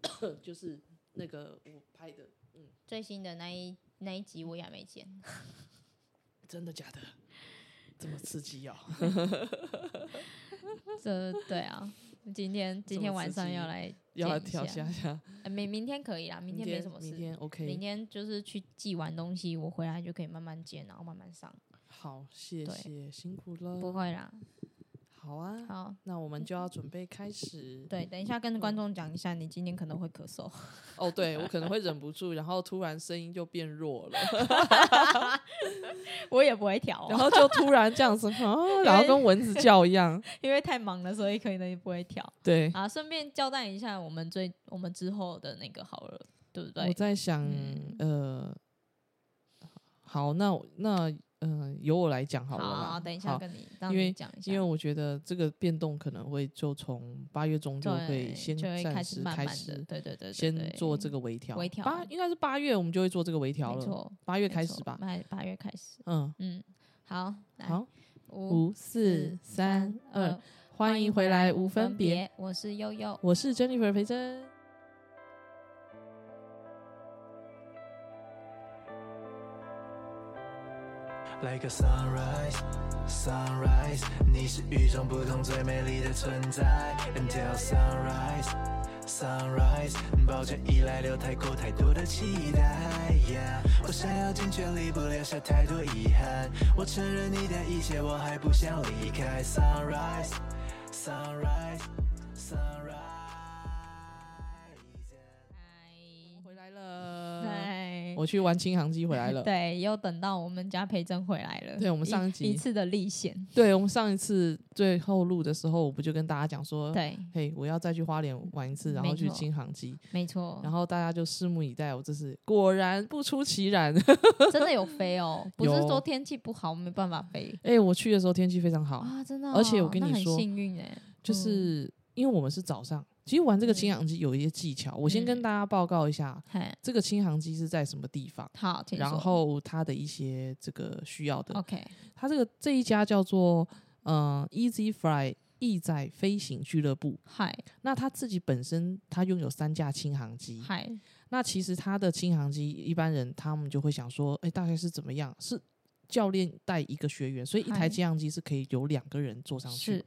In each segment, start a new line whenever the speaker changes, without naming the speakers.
个就是那个我拍的，
最新的那一那一集我也还没剪，
真的假 的？这么刺激哦！
这对啊，今天今天晚上要来
要来
剪一
跳
下
虾虾，
呃明明天可以啦，明天没什么
明
事，
天 OK，
明天就是去寄完东西，我回来就可以慢慢剪，然后慢慢上。
好，谢
对
谢，辛苦了。
不会啦，
好啊，
好，
那我们就要准备开始。
对，等一下跟观众讲一下，你今天可能会咳嗽。
哦，对，我可能会忍不住， 然后突然声音就变弱了，
我也不会调、
然
哦，
后就突然这样子，啊、 然后跟蚊子叫一样。
因为太忙了，所以可能不会调。
对，
啊，顺便交代一下我们最我们之后的那个好了，对不
我
对？
在想，
嗯
呃，好，那我那嗯、呃由我来讲好了啦。
好，等一下
好
跟你让
因为
你讲一下，
因为我觉得这个变动可能会就从八月中就会
对，
先
就会
暂
开
时
始慢慢
始
的，对对对对，
先做这个
个
微调。
微调
八应该是八月我们就会做这个微调
没
了，
错，
八月
没
开
错
始吧。
八八月开始，
嗯，
嗯，好，来
好，
嗯五
五四三二，，欢迎回来无分别，，
我是悠悠，
我是 Jennifer 培 珍。
Like a sunrise, sunrise，你是与众不同最美丽的存在。Until sunrise, sunrise，抱歉依赖留太过太多的期待。Yeah，我想要尽全力，不留下太多遗憾。我承认你的一切，我还不想离开。Sunrise, sunrise, sunrise。
回来了，
嗨，
我去玩轻航机回来了。
对，又等到我们家培珍回来了，
对我们
一
上一集
一次的历险，
对，我们上一次最后录的时候，我不就跟大家讲说，
对，
嘿，我要再去花莲玩一次，然后
没
去
错
轻航机，
没错，
然后大家就拭目以待。我这次果然不出其然，
真的有 飞哦，不是
有
说天气不好没办法飞
哎，我去的时候天气非常好，
啊，真的哦、
而且我跟
那
你说
很幸运哎、
就是因为我们是早上。其实玩这个轻航机有一些技巧，我先跟
嗯
大家报告一下，
嗨，
这个轻航机是在什么地方。
好，请
然
说哦
后它的一些这个需要的，
OK，
它这个这一家叫做嗯、呃 Easy Fly 翼载飞行俱乐部。
嗨
那它自己本身它拥有三架轻航机，
嗨，
那其实它的轻航机一般人他们就会想说，哎，大概是怎么样？是教练带一个学员，所以一台
嗨
轻航机是可以有两个人坐上去
是。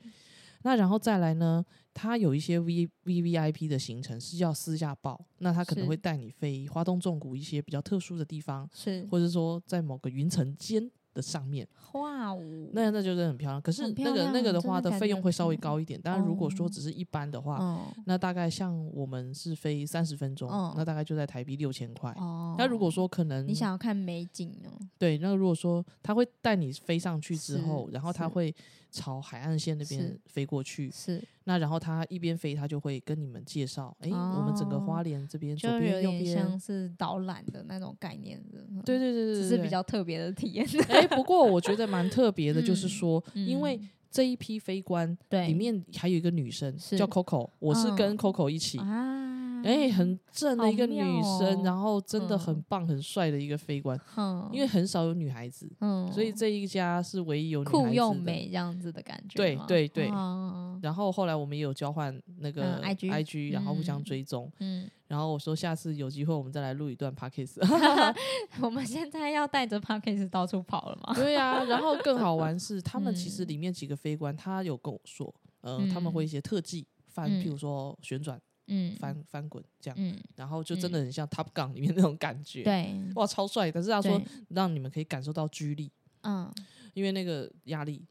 那然后再来呢，它有一些 V V V I P 的行程是要私下报，那它可能
是
会带你飞花东纵谷一些比较特殊的地方，
是，
或者说在某个云层间的上面，
哇哦，
那那就是很漂亮。可是
很漂
那个那个
亮
的
真
话
的
的
感
费
觉
用
很
会稍
漂
微
亮
高一点，当然如果说
哦
只是一般的话，
嗯
那大概像我们是飞三十分钟，
嗯
那大概就在台币六千块。
哦，
那如果说可能
你想要看美景哦，
对，那如果说他会带你飞上去之
是
后，然后他
是
会朝海岸线那边
是
飞过去，
是，
那然后他一边飞，他就会跟你们介绍，哎、我们整个花
哦
莲这边
就
左
有
边右
点
边
像，是导览的那种概念的，
对对对对对，
只是
对
比较特别的体验，
哎、不过我觉得蛮特别的，就是
嗯
说，因为
嗯
这一批飞官
对
里面还有一个女生
是哦
叫 Coco，我是跟 Coco 一起。
啊，
哎、很正的一个
好
女
妙哦
生，然后真的
嗯
很棒、很帅的一个飞官，
哼，
因为很少有女孩子，
嗯，
所以这一家是唯一有女
酷
孩
又
子的。
美这样子的感觉
对
吗，
对对
哦
然后后来我们也有交换那个
嗯，IG
然后互相
嗯
追踪。
嗯，
然后我说下次有机会我们再来录一段 podcast。
我们现在要带着 p a c k a g e 到处跑了吗？
对呀、然后更好玩是，他们其实
嗯
里面几个飞官，他有跟我说，呃，他们
嗯
会一些特技翻，
嗯
譬如说旋转、
嗯，
翻翻滚这样，
嗯，
然后就真的很像 Top Gun 里面那种感觉，，
对，
哇，超帅！但是他说
对
让你们可以感受到居力，
嗯
因为那个压力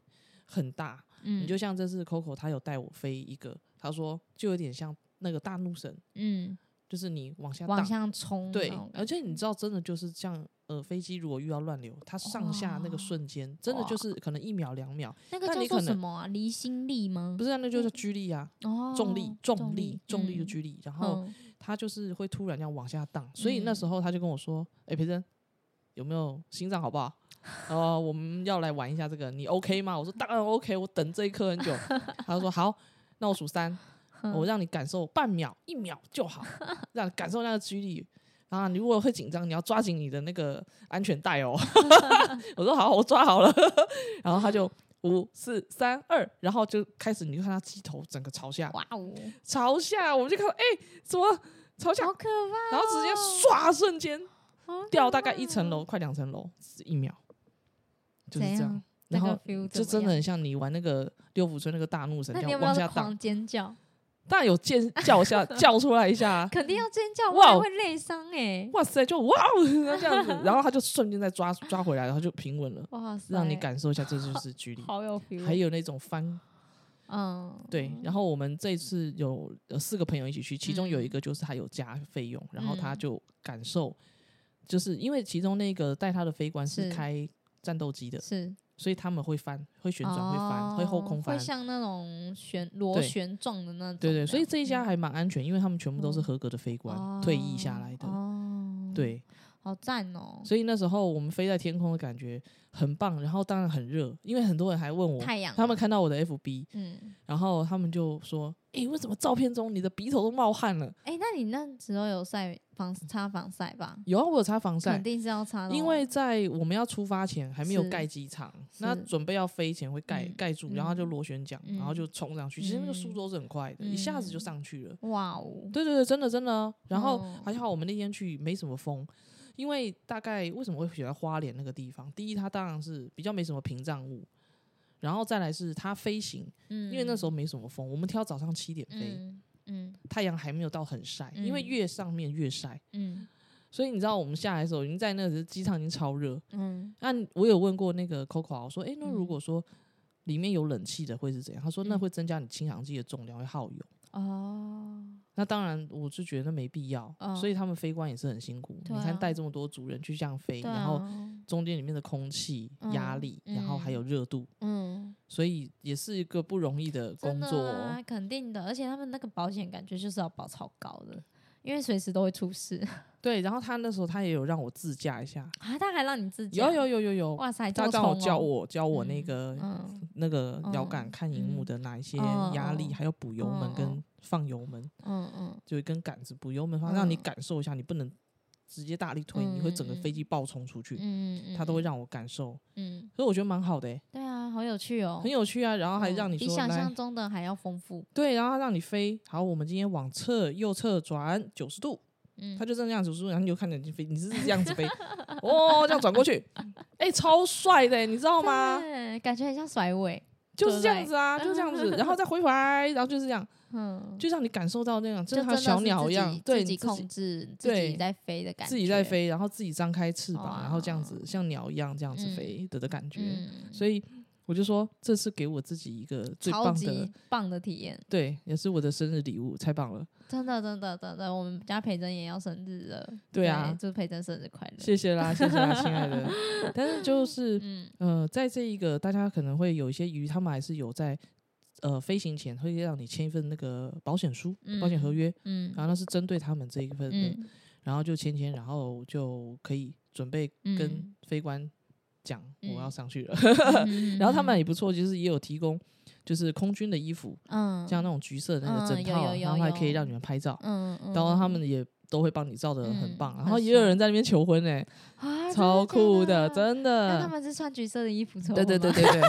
很大。
嗯，
你就像这次 Coco，他有带我飞一个，他说就有点像那个大怒神，
嗯
就是你往下
往
荡，
上冲那
对
种，感
而
觉，
且你知道，真的就是像呃，飞机如果遇到乱流，它上下那个
哇
瞬间，真的就是可能一秒两秒，
那个
但
叫
你
做
可能
什么啊？离心力吗
不？是啊，那就是居力啊，
哦，
重力、重力、重力的
嗯
居力，然后
嗯
它就是会突然这样往下荡，所以那时
嗯
候他就跟我说：“哎，培珍，有没有心脏好不好？” 哦，我们要来玩一下这个，你 OK 吗？我说当然 OK，我等这一刻很久。他就说好，那我数三，我让你感受半秒、一秒就好， 让你感受那个居力。然后你如果会紧张，你要抓紧你的那个安全带哦。我说好，我抓好了。然后他就五四三二，然后就开始，你就看他机头整个朝下，
哇哦，
朝下，我们就看到哎、怎么超强
好，可怕、哦
然后直接唰瞬间
好可
掉大概一
怕哦
层楼，快两层楼，只一秒，就是这
怎
样
样。
然
那
后
个 feel
就
怎
真
么
的
样，
很像你玩那个六福村那个大怒神
那
这
你有
样
没有
往下荡
狂，尖叫？
当然有尖叫 下叫出来一下啊，
肯定要尖叫，不
哇
然
哦
会累伤哎、
哇塞，就哇哦这样子，然后他就瞬间再抓抓回来，然后就平稳了，
哇塞，
让你感受一下这就是距离。
好有 feel，
还有那种翻
嗯，
对，然后我们这次有有四个朋友一起去，其中有一个就是他有加费用，然后他
嗯
就感受，就是因为其中那个带他的飞官是
是
开战斗机的，
是
所以他们会翻，会旋转，会翻，会后
哦
空翻
会。像那种旋螺
对
旋状的那种这
对
样，
对，所以这一家
嗯
还蛮安全，因为他们全部都是
嗯
合格的飞官，退役下
哦
来的。
哦，，
对，
好赞哦，
所以那时候我们飞在天空的感觉很棒，然后当然很热，因为很多人还问我，
太阳
他
啊
们看到我的 FB，
嗯，
然后他们就说：“诶，为什么照片中你的鼻头都冒汗了
哎、那你那时候有晒防擦防晒吧？”？
有啊，我有擦防晒
肯，定是要擦的哦，
因为在我们要出发前还没有
是
盖机场，那
是
准备要飞前会盖
嗯
盖住，然后就
嗯
螺旋桨，然后
嗯
就冲上去。其实那个速
嗯
度是很快的，一下子就
嗯
上去了。
哇哦，
对对对，真的真的啊。然后
哦
还好我们那天去没什么风，因为大概为什么会喜欢花莲那个地方？第一，它当然是比较没什么屏障物，然后再来是它飞行，
嗯，
因为那时候没什么风，我们挑早上七点飞，
嗯嗯
太阳还没有到很晒，因为
嗯
越上面越晒，
嗯
所以你知道我们下来的时候已经在那个机场已经超热。
嗯，
那我有问过那个 Coco，啊我说，哎，那如
嗯
果说里面有冷气的会是怎样？他说那
嗯
会增加你清航机的重量，会耗油。
哦，
那当然，我是觉得没必要，
嗯
所以他们飞官也是很辛苦。
对
你看
啊
带这么多主人去这样飞，
对
然后
啊
中间里面的空气压
嗯
力，然后还有热度，
嗯，
所以也是一个不容易的工
真的
作哦、
啊，肯定的，而且他们那个保险感觉就是要保超高的，因为随时都会出事
对，然后他那时候他也有让我自驾一下，
啊。他还让你自己
有有有有有，
哇塞，这
他
么
刚好
冲哦
教我教我那
嗯
个、
嗯
那个遥
嗯
感看荧幕
嗯
的哪一些
哦
压
哦
力，还有补油门
哦
跟
哦
放油门，
嗯嗯，
就一根杆子补油门放，让你
嗯
感受一下，你不能直接大力推，你会整个
嗯嗯
飞机爆冲出去。
嗯嗯，
他都会
嗯
让我感受，
嗯，
所以我觉得蛮好的、欸，
对啊，好有趣哦，
很有趣啊。然后还让
嗯
你
比
说、
想
来
象，中的还要丰富，
对，然后他让你飞。好，我们今天往侧右侧转九十度，
嗯
他，就这样九十度，然后你就看着你飞，你是这样子 飞，哦，这样转过去，哎、超帅的、欸，你知道吗？
对感觉很像甩尾，
就是这样
对
子啊，就是这样 子，然后再回来，然后就是这样，
嗯，
就让你感受到那样，
就
真的像
真的
小
是
鸟
自
一样
己，
对，
自己
你自己
控制自己
对
在飞的感觉，
自己在，飞，然后自己张开翅膀，然后这样子
哇
像鸟一样这样子
嗯
飞的的感觉。
嗯，
所以我就说，这是给我自己一个最
超
棒的
级，棒的体验，
对，也是我的生日礼物，太棒了！
真的真的真的，我们家培珍也要生日了，
对啊
祝培珍生日快乐，
谢谢啦，谢谢啦，亲爱 的。但是就是，
嗯
呃，在这一个大家可能会有一些鱼，他们还是有在。呃，飞行前会让你签一份那个保险书、保险合
嗯
约，
嗯
然后那是针对他们这一份的，
嗯
然后就签签，然后就可以准备跟
嗯
飞官讲我要
嗯
上去了。
嗯
然后他们也不错，就是也有提供就是空军的衣服，
嗯
像那种橘色的那个
嗯
整
有
套，
有有
然后还可以
有
让你们拍照，
嗯嗯，
然后他们也都会帮你照的很
嗯
棒。然
很
后也有
爽
人在那边求婚哎、
啊
超酷的，
真
真
的假那他
的。
们是穿橘色的衣服，
对对对，对对，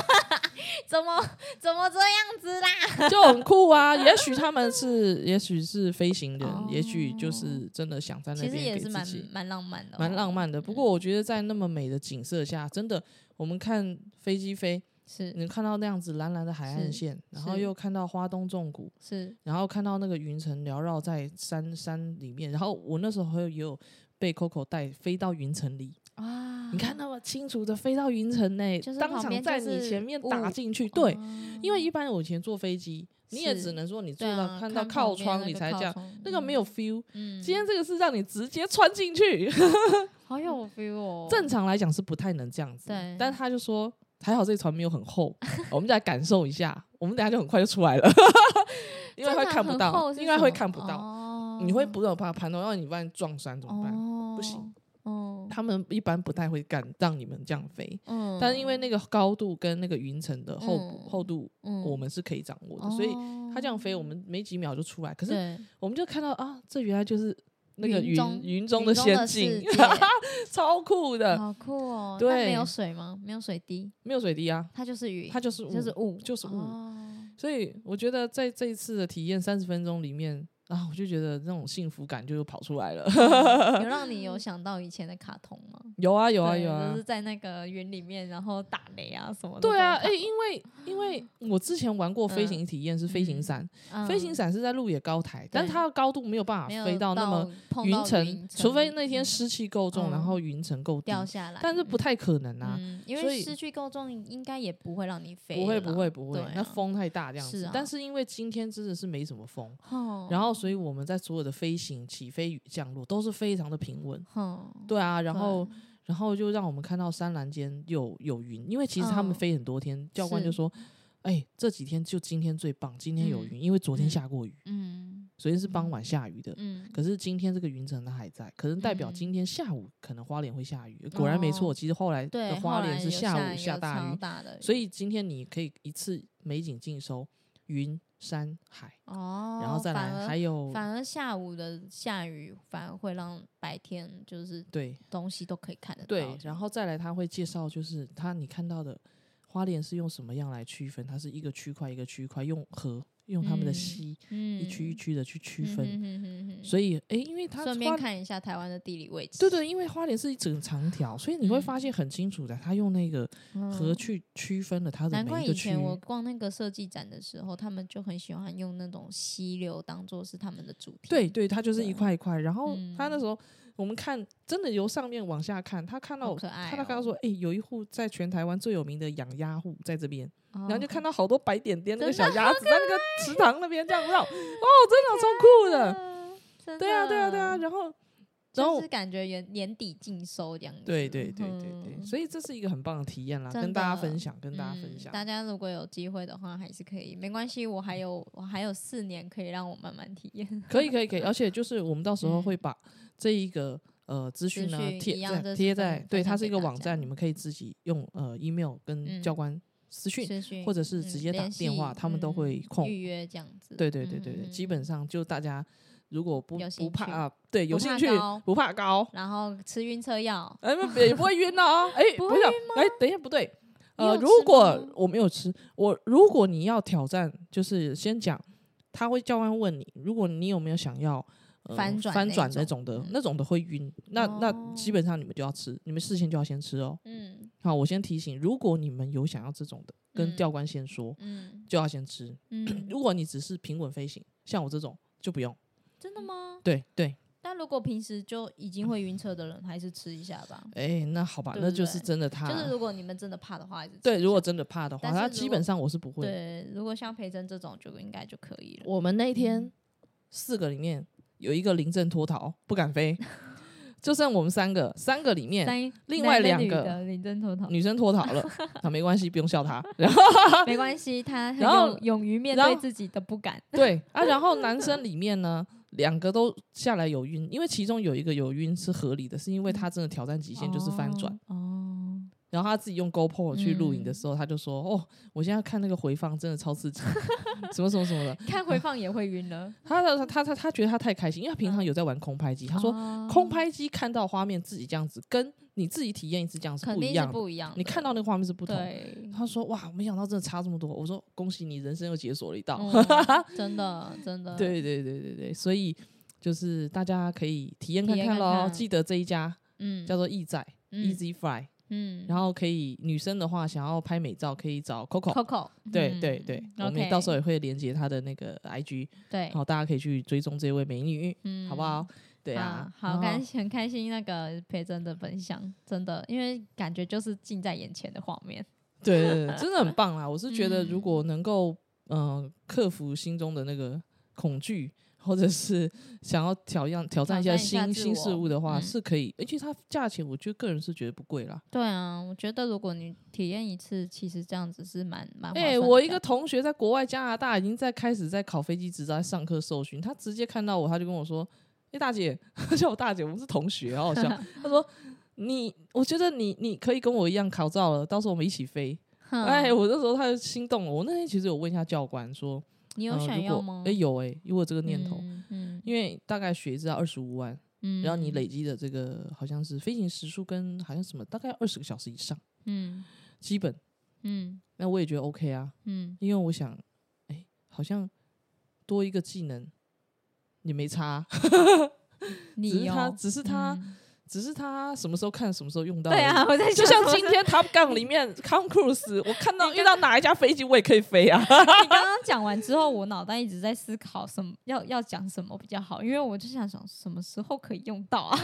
怎么怎么这样子啦？
就很酷啊！也许他们是，也许是飞行人，也许就
哦
是真的想在那
其
边
实也
给
是
自
蛮
己
蛮浪漫的哦，
蛮浪漫的。不过我觉得在那么美的景色下，真的，我们看飞机飞，
是
能看到那样子蓝蓝的海岸
是
线，然后
是
又看到花东纵谷，
是
然后看到那个云层缭绕在山山里面，然后我那时候也有被 Coco 带飞到云层里，
啊，
你看那么清楚的飞到云层内，
就是
当
旁
场
边
在
就是
你前面打
雾
进去，对，
哦
因为一般我以前坐飞机，你也
是
只能说你坐
对
到、
啊，
看到
旁
靠
边
窗
那
你
个
才
靠
这样，
窗
那个没有 feel。
嗯，
今天这个是让你直接穿进去，
好有 feel 哦，
正常来讲是不太能这样子，
对
但他就说。还好这船没有很厚， 我们再来感受一下。我们等下就很快就出来 了，因为
正
会
常
看不
很
到，
厚是
应该
什
会
么
看不到。
哦
你会不断怕盘到，万一你万一撞山怎么办？
哦
不行，
哦，
他们一般不太会敢让你们这样飞，
嗯，
但是因为那个高度跟那个云层的厚
嗯
厚度，
嗯哦
我们是可以掌握的，所以他这样飞，我们没几秒就出来。可是
对
我们就看到啊，这原来就是那个
云
云
中
云中
云
的
中
仙
的
境
世，界
超酷的，
好酷哦，那
呃对
没有水吗？没有水滴，
没有水滴啊，
它就是雨，
它就是雾
就是雾，
就是雾
哦
所以我觉得在这一次的体验三十分钟里面，然后我就觉得那种幸福感就又跑出来了。
有让你有想到以前的卡通吗？
有啊有啊
对
有啊
就是，在那个云里面，然后打雷啊什么的。
对啊，哎、
哎、
因为因为我之前玩过飞行体验是飞行伞，
嗯
哎飞行伞是在路野高台，但是它的高度没有办法
没有
飞到那么
碰
云
到
层，除非那天
嗯
湿气够重，
嗯
然后云层够低，
掉下来，
嗯但是不太可能啊。
嗯，因
所
为
以
失去够重应该也不会让你飞，
不会不会，不会
嗯对啊，
那风太大这样
是
子
啊。哦
但是因为今天真的是没什么风，
哼，
然后所以我们在所有的飞行、起飞与降落都是非常的平稳。
哼，
对啊，然
对
后然后就让我们看到山岚间有有云，因为其实他们
嗯
飞很多天，教官就是说，哎、这几天就今天最棒，今天有云，因为昨天
嗯
下过雨，
嗯
昨天是傍晚下雨的。
嗯，
可是今天这个云层它还在，可能代表
嗯
今天下午可能花莲会下雨。果然没错，
哦
其实后来
对，
的花
后来
莲是
有
下午
一
下
个
大
超
雨，
大的雨，
所以今天你可以一次美景尽收，云山海，
哦，
然后再
反
来
而
还有
反而下午的下雨反而会让白天就是
对
东西都可以看得到，
对，然后再来他会介绍，就是他你看到的花莲是用什么样来区分？它是一个区块一个区块用河用他们的
嗯
溪、
嗯
一区一区的去区分。
嗯哼哼哼哼
所以，诶，因为它
顺便
花
看一下台湾的地理位置，
对对，因为花莲是一整长条，所以你会
嗯
发现很清楚的，他用那个河
嗯
去区分了它的
难
每
怪
一个
以
区域
前。我逛那个设计展的时候，他们就很喜欢用那种溪流当做是他们的主题。
对，对，它就是一
对
块一块。然后他那
嗯
时候我们看，真的由上面往下看，他看
好
到
可爱
他他刚刚
哦
说，诶，有一户在全台湾最有名的养鸭户在这边。
然
然后就看到好多白点点那个
嗯真
小
的
鸭子在那个池塘那边这样 绕，哦，真的超酷的，对啊，对啊，对啊，，然后，然后
就是，感觉年年底尽收这样子。
对对对对对，
嗯
所以这是一个很棒的体验啦，
真
跟大家
的
分享，跟大家分
嗯
享，
大家如果有机会的话，还是可以，没关系，我还有我还有四年可以让我慢慢体验。
可以可以可以，而且就是我们到时候会把这一个。呃，资讯呢
嗯资讯
贴
一样
在
就是
贴在
分
对，
分享
它是一
给
个
大
网站，
家
你们可以自己用呃 email 跟
嗯
教官私讯，
资讯嗯
或者是直接打
联系
电话他们都会
嗯
空
预约这样子。
对对对对
嗯
对，
嗯
基
嗯
本上就大家如果不
有
不
兴趣
怕啊，对，有
不
兴
怕
趣
高
不怕高，
嗯然后吃晕车药，
哎，不也不会晕的啊！哎，
不
不
会
是啊，哎，等一下，不对，
你
呃，
有
如
吃
果
吗
我没有吃，我如果你要挑战，就是先讲，他会教官问你，如果你有没有想要、呃、
翻转
翻
那
转
一
那种
种
的
嗯，
那种的会晕，那、那
哦
基本上你们就要吃，你们事先就要先吃哦。
嗯
好，我先提醒，如果你们有想要这种的，跟
嗯
教官先说，
嗯
就要先吃。
嗯，
如果你只是平稳飞行，像我这种就不用。
真的吗？
对对，
但如果平时就已经会晕车的人，还是吃一下吧。
哎，那好吧，
对
那
不
就是
对
真的他。
就是如果你们真的怕的话，还是吃
对，
一
如果
下
真的怕的话，
但是
他
如
基
果
本上我是不会。
对，如果像培珍这种，就应该就可以了。
我们那一天
嗯
四个里面有一个临阵脱逃，不敢飞， 就剩我们三个，三个里面
三
另外两个
领证头头，
女生脱逃 了，啊，没关系，不用笑 她。然后
没关 系，他很
然后
勇勇于面
然
对
后
自己的不敢。
对啊，然后男生里面呢，两个都下来有晕，因为其中有一个有晕是合理的，是因为他真的挑战极限就是翻转。
嗯哦哦，
然后他自己用 GoPro 去录影的
嗯
时候，他就说：“哦，我现在看那个回放真的超 刺激，什么什么什么的。
看回放也会晕 了。
他”他他他他觉得他太开心，因为他平常有在玩空拍机，他说
哦
空拍机看到画面自己这样子，跟你自己体验一次这样是
肯
不一
定是
样的。
不一样的，
你看到那个画面是不同的。
对。
他说：“哇，没想到真的差这么多。”我说：“恭喜你，人生又解锁了一道。
嗯真的，真 的，
对对对对对，所以就是大家可以体验看
体验
看
看
咯。
看
记得这一家
嗯，
叫做易仔、
嗯
（Easy Fly），
嗯，
然后可以女生的话想要拍美照可以找 Coco。
Coco，
对
嗯
对对，我们
OK
到时候也会连接她的那个 IG，
对，
好，大家可以去追踪这位美女，
嗯
好不好？？对啊，
好，好
然
开
后
心，很开心那个培珍的分享，真的，因为感觉就是近在眼前的画面。
对对对，真的很棒啦！我是觉得，
嗯
如果能够嗯、呃克服心中的那个恐惧，或者是想要挑样挑战一下
挑战一下
新
自
新事
我
物的话，
嗯
是可以。而且它价钱，我觉得个人是觉得不贵啦。
对啊，我觉得如果你体验一次，其实这样子是蛮蛮划
哎、
算的
我一个同学在国外加拿大已经在开始在考飞机执照，在上课受训，他直接看到我，他就跟我说：“哎、大姐， 他叫我大姐，我们是同学，好好笑。”他说。你，我觉得你你可以跟我一样考照了，到时候我们一起飞。
哼
哎，我那时候他就心动了。我那天其实有问一下教官说，
你有
呃
想
如
要
果
吗？
诶有哎、有我这个念头，
嗯，嗯
因为大概学一次要二十五万，
嗯
然后你累，积的这个好像是飞行时数跟好像什么，大概二十个小时以上，
嗯
基本。
嗯
那我也觉得 OK 啊，
嗯，
因为我想，哎、好像多一个技能，也没差，只
你哦
是
哟、
他， 只是他，
嗯
只是他什么时候看，什么时候用到。
对啊，，我在
就
想
像
说
今 天 Top Gun 里面 Tom Cruise，我看到遇到哪一架飞机我也可以飞啊。
你 刚刚讲完之后，我脑袋一直在思考什么要要讲什么比较好，因为我就想想什么时候可以用到啊？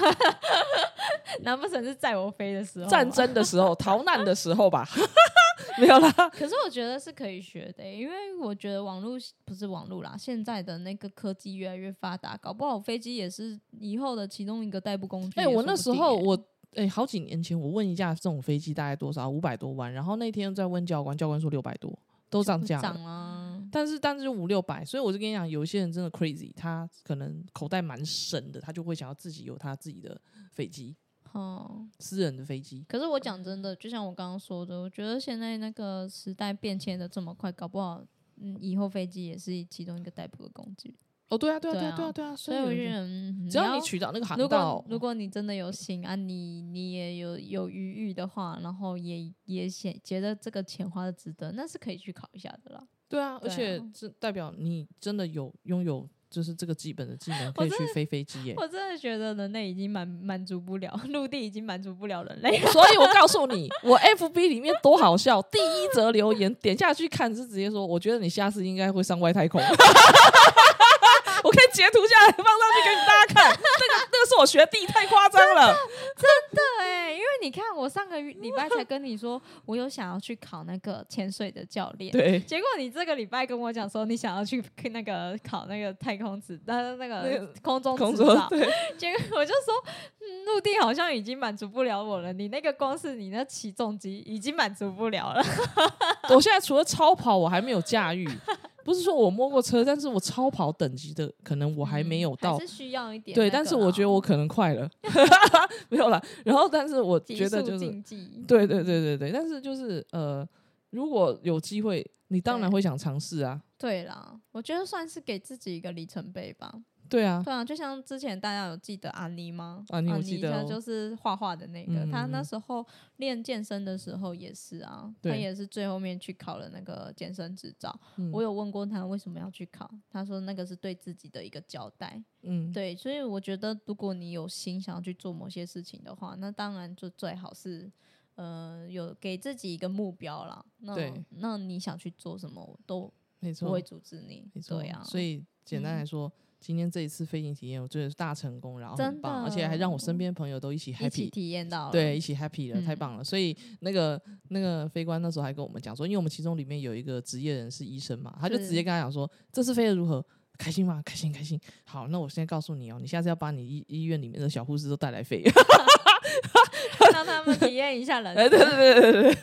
难不成是载我飞的时候吗啊
战？争的时候，逃难的时候吧， 没有啦。
可是我觉得是可以学的欸、因为我觉得网络不是网络啦，现在的那个科技越来越发达，搞不好飞机也是以后的其中一个代步工 具
哎、
也说不定欸。
我那时候我哎、好几年前我问一架这种飞机大概多少，五百多万。然后那天在问教官，教官说六百多，都涨价了。
涨欸啊，
但是但是就五六百，所以我就跟你讲，有一些人真的 crazy，他可能口袋蛮深的，他就会想要自己有他自己的飞机，
哦。
私人的飞机。
可是我讲真的，就像我刚刚说的，我觉得现在那个时代变迁的这么快，搞不好，嗯，以后飞机也是其中一个代步的工具。
哦，对啊，对啊，
对
对啊，
啊
对啊，对啊。所
所
以
以我
有
就
人
觉
就
得，嗯，
只要
要
你取到那个航
如
道
果，如果你真的有心啊，你你也有有余裕的话，然后也也显觉得这个钱花的值得，那是可以去考一下的啦。
对啊，而
对啊
且这代表你真的有拥有就是这个基本的技能，可以去飞飞机耶。
我真的觉得人类已经满满足不了， 陆地已经满足不了人类了。
所以我告诉你，我 FB 里面多好笑，第一则留言点下去看是直接说，我觉得你下次应该会上外太空。 我可以截图下来放上去给你大家看，那个那个是我学弟，太夸张了。
对，因为你看，我上个月礼拜才跟你说，我有想要去考那个潜水的教练。
对，
结果你这个礼拜跟我讲说，你想要去 那个考那个太空执，那那
那
个
个
空中
工
执
作
照，
对，
结果我就说，嗯陆、地好像已经满足不了我了，你那个光是你那起重机已经满足不了了。
我现在除了超跑，我还没有驾 驭。不是说我摸过车，但是我超跑等级的可能我还没有到
嗯还是需要一点那个
对，
啦。
但是我觉得我可能快 了，没有啦。然后，但是我
极
觉得
速
就是，
竞技
对对对对对，但是就是呃，如果有机会，你当然
对
会想尝试啊，
对啦，我觉得算是给自己一个里程碑吧。
对啊，
对啊，就像之前大家有记得阿妮吗？
阿妮我
阿
记
妮
得
她
哦
就是画画的那个，她
嗯嗯
那
嗯
时候练健身的时候也是啊，她
对
也是最后面去考了那个健身执照。
嗯
我有问过她为什么要去考，她说那个是对自己的一个交代。
嗯，
对，所以我觉得如果你有心想要去做某些事情的话，那当然就最好是。呃，有给自己一个目标啦。那
对
那你想去做什么，我都
没
不
错
会，阻止你
没。错
对啊，
所以简单来说。今天这一次飞行体验，我觉得是大成功，然后很
真
棒，而
的
且还让我身边朋友都一起
一起
happy，
体验到了
对，一起 happy 了，太
嗯
棒了。所以那个那个飞官那时候还跟我们讲说，因为我们其中里面有一个职业人是医生嘛，他就直
是
接跟他讲说，这次飞的如何？开心吗？开心，开心。好，那我现在告诉你哦，你下次要把你医医院里面的小护士都带来飞。
让他们体验一下人
哎，
生，
对对对对对，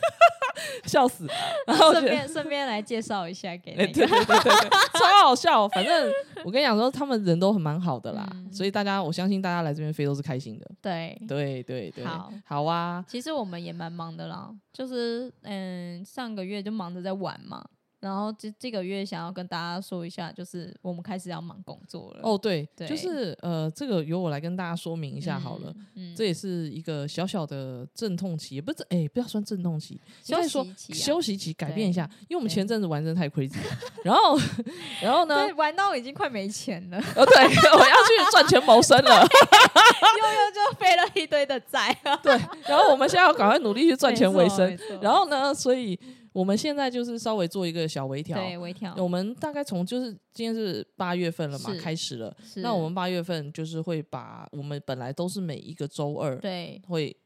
笑死。然后我
顺
觉得
便顺便来介绍一下给
哎，
你。
对对对对 对，超好笑。反正我跟你讲说，他们人都很蛮好的啦，
嗯
所以大家我相信大家来这边飞都是开心的。
对，
对对对，
好
好啊，
其实我们也蛮忙的啦，就是嗯，上个月就忙着在玩嘛，然后这这个月想要跟大家说一下，就是我们开始要忙工作了。
哦，对，
对
就是呃，这个由我来跟大家说明一
嗯，一
下好了。，
嗯，
这也是一个小小的阵痛期，也不是哎、不要算阵痛期，
休
应该
息
说
期啊
休息期，改变一下，因为我们
对
前阵子玩真的太 crazy，了 然后然后呢，
对，玩到已经快没钱 了，
呃，对， 我要去赚钱谋生了，
悠悠就飞了一堆的债，
对，然后我们现在要赶快努力去赚钱为生
没，错。
然后呢，所以我们现在就是稍微做一个小微
没错
调。
对微调，
我们大概从就是今天是八月份了嘛，
是
开始了。
是
那我们八月份就是会把我们本来都是每一个周二
对
会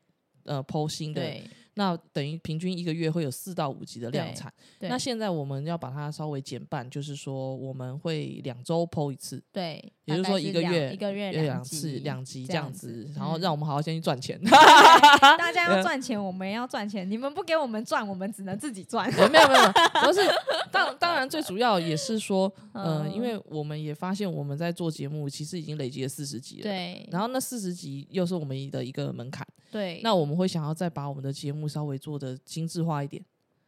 呃剖新的
对
那等于平均一个月会有四到五集的量产。
对
那现在我们要把它稍微减半，就是说我们会两周剖一次，
对，
也就是
大概
说一个
两
月
一个月
有两次
集
两集这
这
样
样
子，
子
然后
嗯
让我们好好先去赚钱。
大家
对
要赚钱，我们也要赚钱。你们不给我们赚，我们只能自己赚。
没有没有没有，不 是当当然最主要也是说，呃，
嗯
因为我们也发现我们在做节目其实已经累积了四十集了。
对，
然后那四十集又是我们的一个门槛，
对，
那我们会想要再把我们的节目稍微做的精致化一点，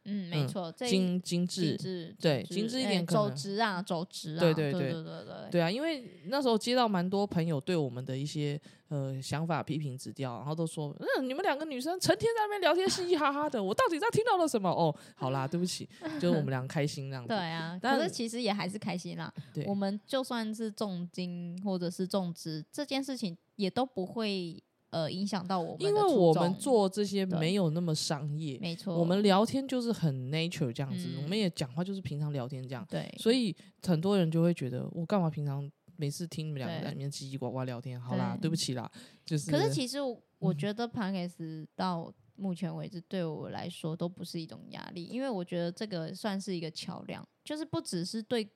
嗯，没
嗯
错，这一
精精致
精，致，
对
就是
精致一
哎
点可
走
能
直啊，走直啊，
对
对
对
对
对
对对，
对啊，因为那时候接到蛮多朋友对我们的一些呃想法批评指教，然后都说，嗯，你们两个女生成天在那边聊天嘻嘻哈哈的，我到底在听到了什么？哦，好啦，对不起，就是 我们俩开心这样子。
对啊，可
但
是其实也还是开心啦。
对
我们就算是重金或者是重资，这件事情也都不会呃影响到我们的
因
初衷，
为我们做这些
对
没有那么商业，
没错，
我们聊天就是很 nature 这样子，
嗯
我们也讲话就是平常聊天这样，
对，
所以很多人就会觉得我干嘛平常每次听你们两个
对
在里面叽叽呱呱聊天？好啦，
对
对不起啦，就是。
可是其实我我
嗯
觉得 p a n k a s 到目前为止对我来说都不是一种压力，因为我觉得这个算是一个桥梁，就是不只是对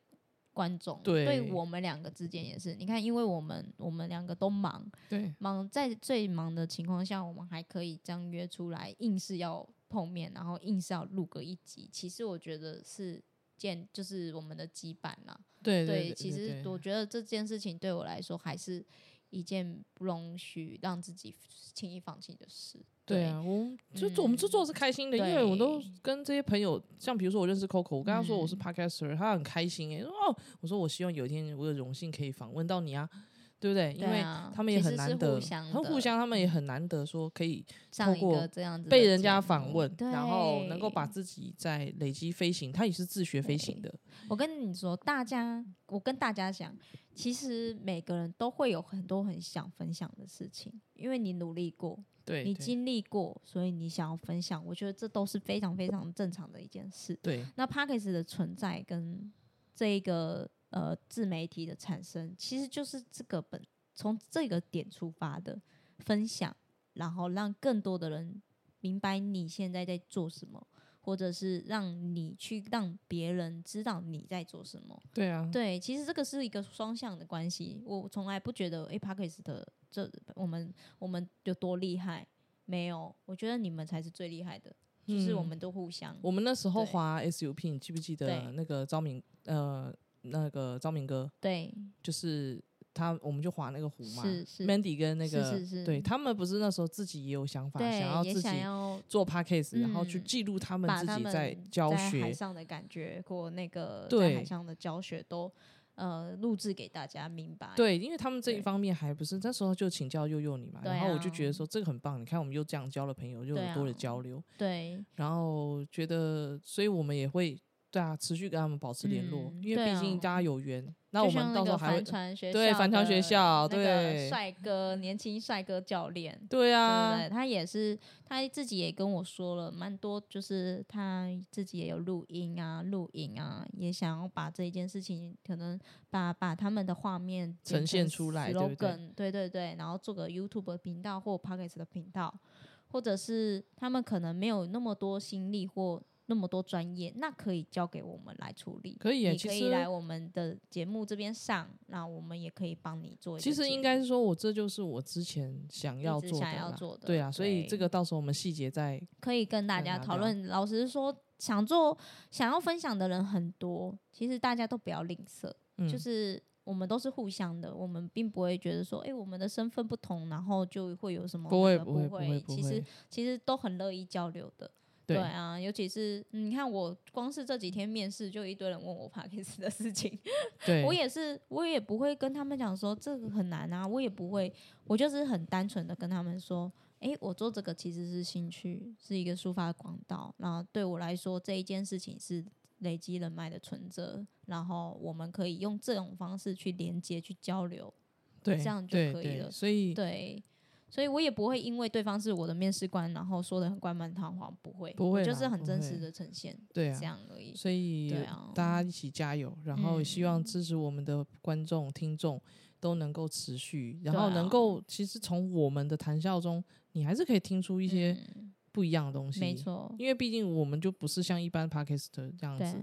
观众，
对
我们两个之间也是。你看，因为我们我们两个都忙，
对
忙在最忙的情况下，我们还可以这样约出来，硬是要碰面，然后硬是要录个一集。其实我觉得是建，就是我们的羁绊啦。
对
对，
对，
其实
对
我觉得这件事情对我来说还是一件不容许让自己轻易放弃的事。
对啊，我们就做我们就做的是开心的，因为我都
嗯对
跟这些朋友，像比如说我认识 Coco，我跟他说我是
嗯
podcaster，他很开心哎、说哦，我说我希望有一天我有荣幸可以访问到你啊，对不对？
对
因为
啊
他们也
其
很
实是
难
互
得，
相
很
的
互相，他们也很难得说可以
上一
过
个这样子的
被人家
节
访
目
问，
对
然后能够把自己在累积飞行，他也是自学飞行的，
我跟你说，大家，我跟大家讲，其实每个人都会有很多很想分享的事情，因为你努力过，
对，
你
对
经历过，所以你想要分享。我觉得这都是非常非常正常的一件事。
对
那 p a c k a g e 的存在跟这一个呃自媒体的产生，其实就是这个本从这个点出发的分享，然后让更多的人明白你现在在做什么，或者是让你去让别人知道你在做什么。
对啊，
对，其实这个是一个双向的关系。我从来不觉得诶 p a c k a g e 的这我们我们有多厉害，没有，我觉得你们才是最厉害的，就是我
嗯
们都互相。
我们那时候
对
滑 SUP，你记不记
对
得那个昭明呃那个昭明哥？
对，
就是他，我们就划那个湖嘛。
是是
Mandy 跟那
是
个
是是
对他们不是那时候自己也有想法，
对，
要
也
自己
想要
做 podcast，、然后去
嗯
记录他们
把
自
他
己
们
在教
在海
学。
上的感觉或那个在
对
海上的教学都呃录制给大家明白。
对，因为他们这一
对
方面还不是那时候就请教佑佑你嘛，
对
然后我就
啊
觉得说这个很棒，你看我们又这样交了朋友，又
对
有多
啊
的交流，
对
然后觉得，所以我们也会对啊，持续跟他们保持联络，
嗯
因为
对
毕竟
啊
大家有缘，那
就
我
像
们到时
个
候还
帆
会
船学校
对帆船
的
学校
那个
对
帅哥年轻帅哥教练。
对
对
啊，
对对，他也是他自己也跟我说了蛮多，就是他自己也有录音啊、录影啊，也想要把这一件事情，可能把把他们的画面
呈
剪成
现出来对不对
slogan，对对对，然后做个 YouTube 的频道或 Podcast 的频道，或者是他们可能没有那么多心力或那么多专业，那可以交给我们来处理。
可以耶，
你
其
可
实
以来我们的节目这边上，那我们也可以帮你做一个节
其
目。
实应该是说，我这就是我之前想要
直
做的
想要
啦
做的
对啊，所以这
对
个到时候我们细节再
可以跟大
对
家
聊
讨
聊
论。老实说，想做想要分享的人很多，其实大家都不要吝啬，
嗯，
就是我们都是互相的，我们并不会觉得说，哎、我们的身份不同，然后就会有什么
不会
那个
不会
不
不会不
其实
会，
其实都很乐意交流的。
对
啊，尤其是嗯你看，我光是这几天面试，就一堆人问我 p a c k a g e 的事情，
对，
我也是，我也不会跟他们讲说这个很难啊，我也不会，我就是很单纯的跟他们说，诶，我做这个其实是兴趣，是一个抒发的管道。然后对我来说，这一件事情是累积人脉的存折，然后我们可以用这种方式去连接、去交流。
对
这样就
对
可以
对
了
所以
对，所以我也不会因为对方是我的面试官，然后说的很冠冕堂皇，不会，
不
我
会
就是
啦
很
不
真
会
实的呈现，
对
这
啊，
样而已。
所以
对啊
大家一起加油，然后希望
嗯
支持我们的观众听众都能够持续，然
对
后
啊
能够其实从我们的谈笑中，你还是可以听出一些
嗯
不一样的东西，
没。错，
因为毕竟我们就不是像一般 p a d c a s t 这样
对
子，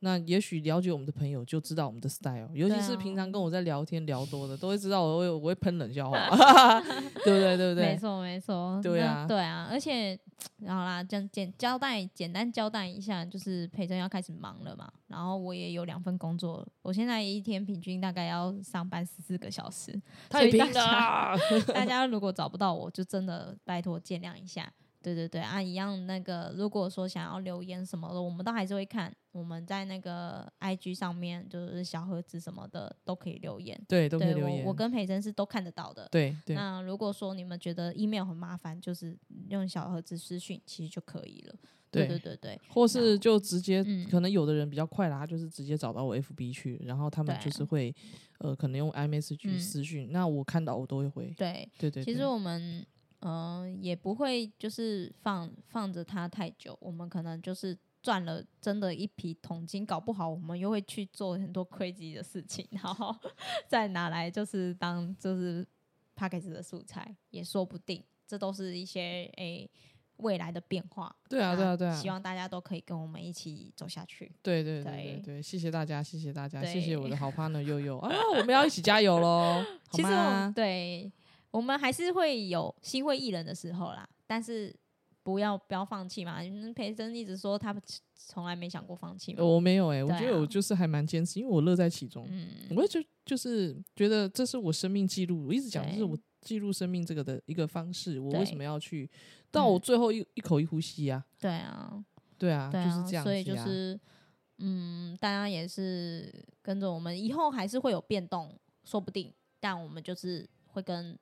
那也许了解我们的朋友就知道我们的 style，尤其
对
是
啊
平常跟我在聊天聊多的，都会知道我会我会喷冷笑 话，对不对？对不
没
对？
错，没错，
对
那
啊
对啊，而且好啦，这样简交代简单交代一下，就是培珍要开始忙了嘛，然后我也有两份工作了，我现在一天平均大概要上班十四个小时，
太
所以大
平了
家
啊，
大家如果找不到我，就真的拜托见谅一下。对对对啊，一样那个，如果说想要留言什么的，我们都还是会看。我们在那个 IG 上面，就是小盒子什么的都可以留言。
对，都可以
对
留言。
我，我跟培珍是都看得到的。
对对
那如果说你们觉得 email 很麻烦，就是用小盒子私讯其实就可以了。对对对对，
或是就直接，
嗯
可能有的人比较快啦，他就是直接找到我 FB 去，然后他们
对
就是会，呃，可能用 iMessage
嗯
私讯，那我看到我都会回，
对，
对对
其
对
实我们嗯、呃也不会就是放放着它太久，我们可能就是赚了真的一笔桶金，搞不好我们又会去做很多 crazy 的事情，然后 再拿来就是当就是 p a c k a g e 的素材也说不定，这都是一些诶。未来的变化，
对啊
那
对啊对啊
希望大家都可以跟我们一起走下去。
对对对
对
对对，谢谢大家，谢谢大家，谢谢
对
我的 好 partner 悠悠啊，我们要一起加油喽，好
其实我们
吗？
对我们还是会有心灰意冷的时候啦，但是不要不要放弃嘛。嗯培珍一直说他从来没想过放弃嘛，
我没有哎、我
对
觉得
啊
我就是还蛮坚持，因为我乐在其中，
嗯，
我就就是觉得这是我生命记录，我一直讲这是
对
我记录生命这个的一个方式，我
对
为什么要去到我
嗯
最后一、一口一呼吸啊？
对啊，
对啊，
对
就是这样子、啊，
所以就是嗯，大家也是跟着我们，以后还是会有变动，说不定，但我们就是会跟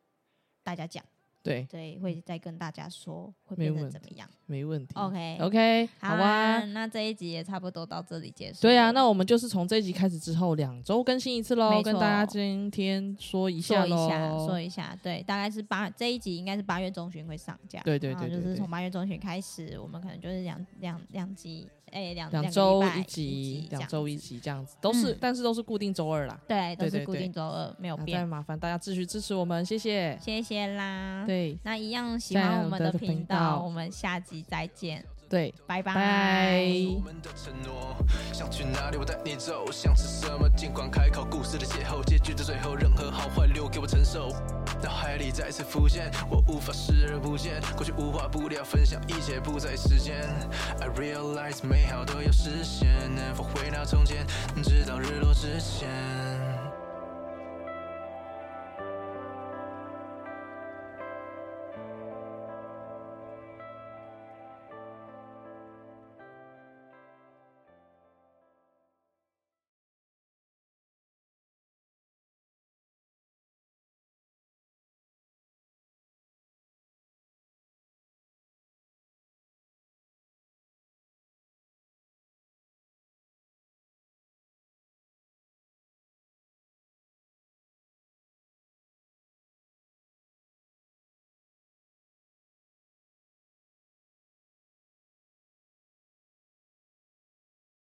大家讲，
对，
对，会再跟大家说会
没
变成
问
怎么样。
没问题。
OK
OK，好
好
吧
啊，。那这一集也差不多到这里结束了。
对啊，那我们就是从这一集开始之后，两周更新一次喽，
没
跟大家
错
今天说一
说
下
一
喽。
下，说一下，对，大概是八这一集应该是八月中旬会上架，
对对
然后
对对
就是
对
从八月中旬开始，我们可能就是两两两集，哎，两
两
个
周
礼拜
一
一
集，
这
两
样
周一
子，
集这样子，都是，
嗯
但是都是固定周二啦。
对，都
对
是
对
固
对
定周二没有
那再
变，
麻烦大家继续支持我们，谢谢。
谢谢啦，，
对
那一样喜
在
欢
我
我们
的
的
频
频
道
道，我们下集再见，
对，
拜拜。
拜。
我们的承诺，想去哪里我带你走，想吃什么尽管开口。故事的邂逅，结局的最后，任何好坏留给我承受。脑海里再次浮现，我无法视而不见，过去无话不聊，分享一切不在时间。I realize 美好都要实现，能否回到从前，直到日落之前。